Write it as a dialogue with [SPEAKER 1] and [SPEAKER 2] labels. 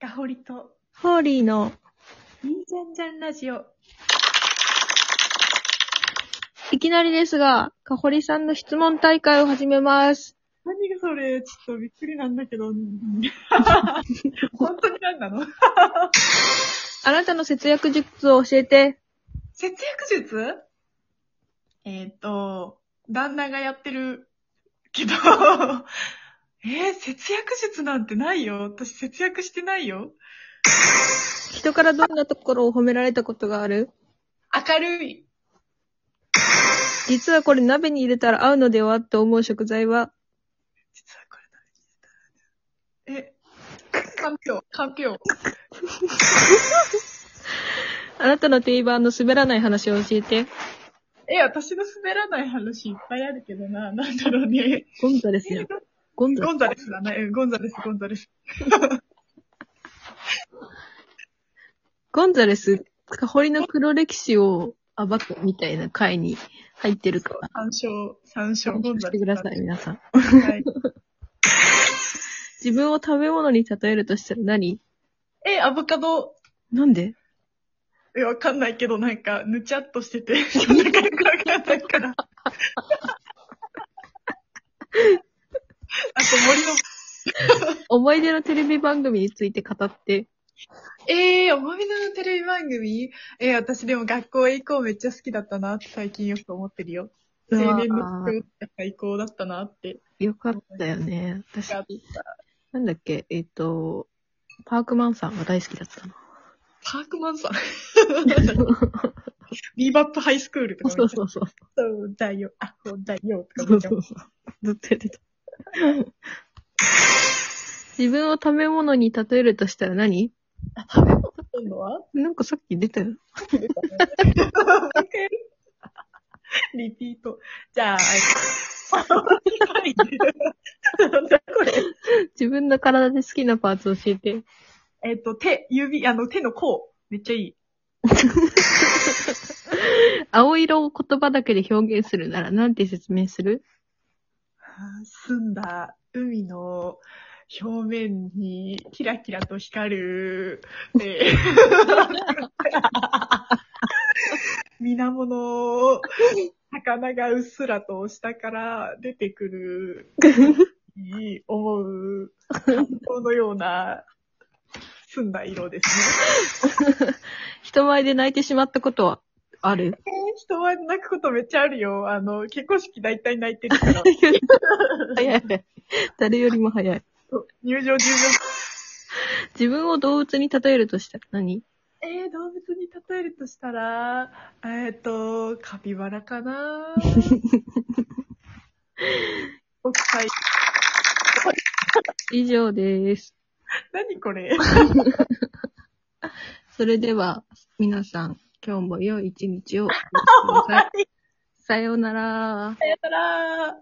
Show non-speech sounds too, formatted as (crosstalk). [SPEAKER 1] かほりと、
[SPEAKER 2] ホーリーの
[SPEAKER 1] いいじゃんじゃんラジオ。
[SPEAKER 2] いきなりですが、かほりさんの質問大会を始めます。
[SPEAKER 1] 何がそれ、ちょっとびっくりなんだけど。本当に何なの
[SPEAKER 2] あなたの節約術を教えて。
[SPEAKER 1] 節約術えっ、と、旦那がやってるけど、えー節約術なんてないよ。私節約してないよ。
[SPEAKER 2] 人からどんなところを褒められたことがある
[SPEAKER 1] 明るい。
[SPEAKER 2] 実はこれ鍋に入れたら合うのではと思う食材は、
[SPEAKER 1] 実はこれだ。え、かんぴょう、かんぴょう。
[SPEAKER 2] あなたの定番の滑らない話を教えて。
[SPEAKER 1] え、私の滑らない話いっぱいあるけどな。なんだろうね。
[SPEAKER 2] ゴンザですよ。ゴンザ
[SPEAKER 1] ゴ。ンザレスだね。うんゴンザレス、ゴンザレス。
[SPEAKER 2] ゴンザレス、かほりの黒歴史を暴くみたいな回に入ってるから。
[SPEAKER 1] 参照、参照、ゴンザ
[SPEAKER 2] し
[SPEAKER 1] レ
[SPEAKER 2] て
[SPEAKER 1] ス
[SPEAKER 2] く
[SPEAKER 1] だ
[SPEAKER 2] だ
[SPEAKER 1] ね。
[SPEAKER 2] さい、皆さん。
[SPEAKER 1] はい
[SPEAKER 2] 自分を食べ物に例えるとしたら何
[SPEAKER 1] え、アボカド、
[SPEAKER 2] なんで
[SPEAKER 1] え、わかんないけど、なんか、ぬちゃっとしてて、
[SPEAKER 2] (laughs)
[SPEAKER 1] なんかよくわかんないから。 (laughs) あと、森の、
[SPEAKER 2] 思い出のテレビ番組について語って。
[SPEAKER 1] えー、思い出のテレビ番組えー、私でも学校へ行こうめっちゃ好きだったなって最近よく思ってるよ。青年の
[SPEAKER 2] うわ
[SPEAKER 1] 教育が最高だったなって。
[SPEAKER 2] ーよかったよね。私、
[SPEAKER 1] パ
[SPEAKER 2] なんだっけ、えっ、と、パークマンさんが大好きだったの。
[SPEAKER 1] ークマンさん。ビーバップハイスクールとか
[SPEAKER 2] (laughs) そう
[SPEAKER 1] う。
[SPEAKER 2] そうそう。
[SPEAKER 1] そうだよ、あ、そうだよ、とか
[SPEAKER 2] そ
[SPEAKER 1] めっ
[SPEAKER 2] う
[SPEAKER 1] ちゃ
[SPEAKER 2] そうそう。ずっとやってた。自分を食べ物に例えるとしたら何
[SPEAKER 1] あ食べ物食べるのは
[SPEAKER 2] なんかさっき出たよ。
[SPEAKER 1] リピート。じゃあ、あれ。なんだこれ。
[SPEAKER 2] 自分の体で好きなパーツ教えて。
[SPEAKER 1] えっ、と、手、指、あの、手の甲。めっちゃいい。
[SPEAKER 2] 青色を言葉だけで表現するなら何て説明する
[SPEAKER 1] 澄んだ海の表面にキラキラと光る、えー水面の魚がうっすらと下から出てくる、に思う、感動のような澄んだ色ですね。
[SPEAKER 2] 人前で泣いてしまったことはあ (laughs) る
[SPEAKER 1] 人前で泣くことめっちゃあるよ。あの、結婚式大体泣いてるから。
[SPEAKER 2] 早い。誰よりも早い。
[SPEAKER 1] 入場十
[SPEAKER 2] 自分を動物に例えるとしたら何
[SPEAKER 1] 分。えー、動物に例えるとしたら、えっ、と、カピバラかなおっぱい。
[SPEAKER 2] 以上です。
[SPEAKER 1] 何これ
[SPEAKER 2] それでは、皆さん、今日も良い一日をお過ごしください。さようなら。
[SPEAKER 1] さよなら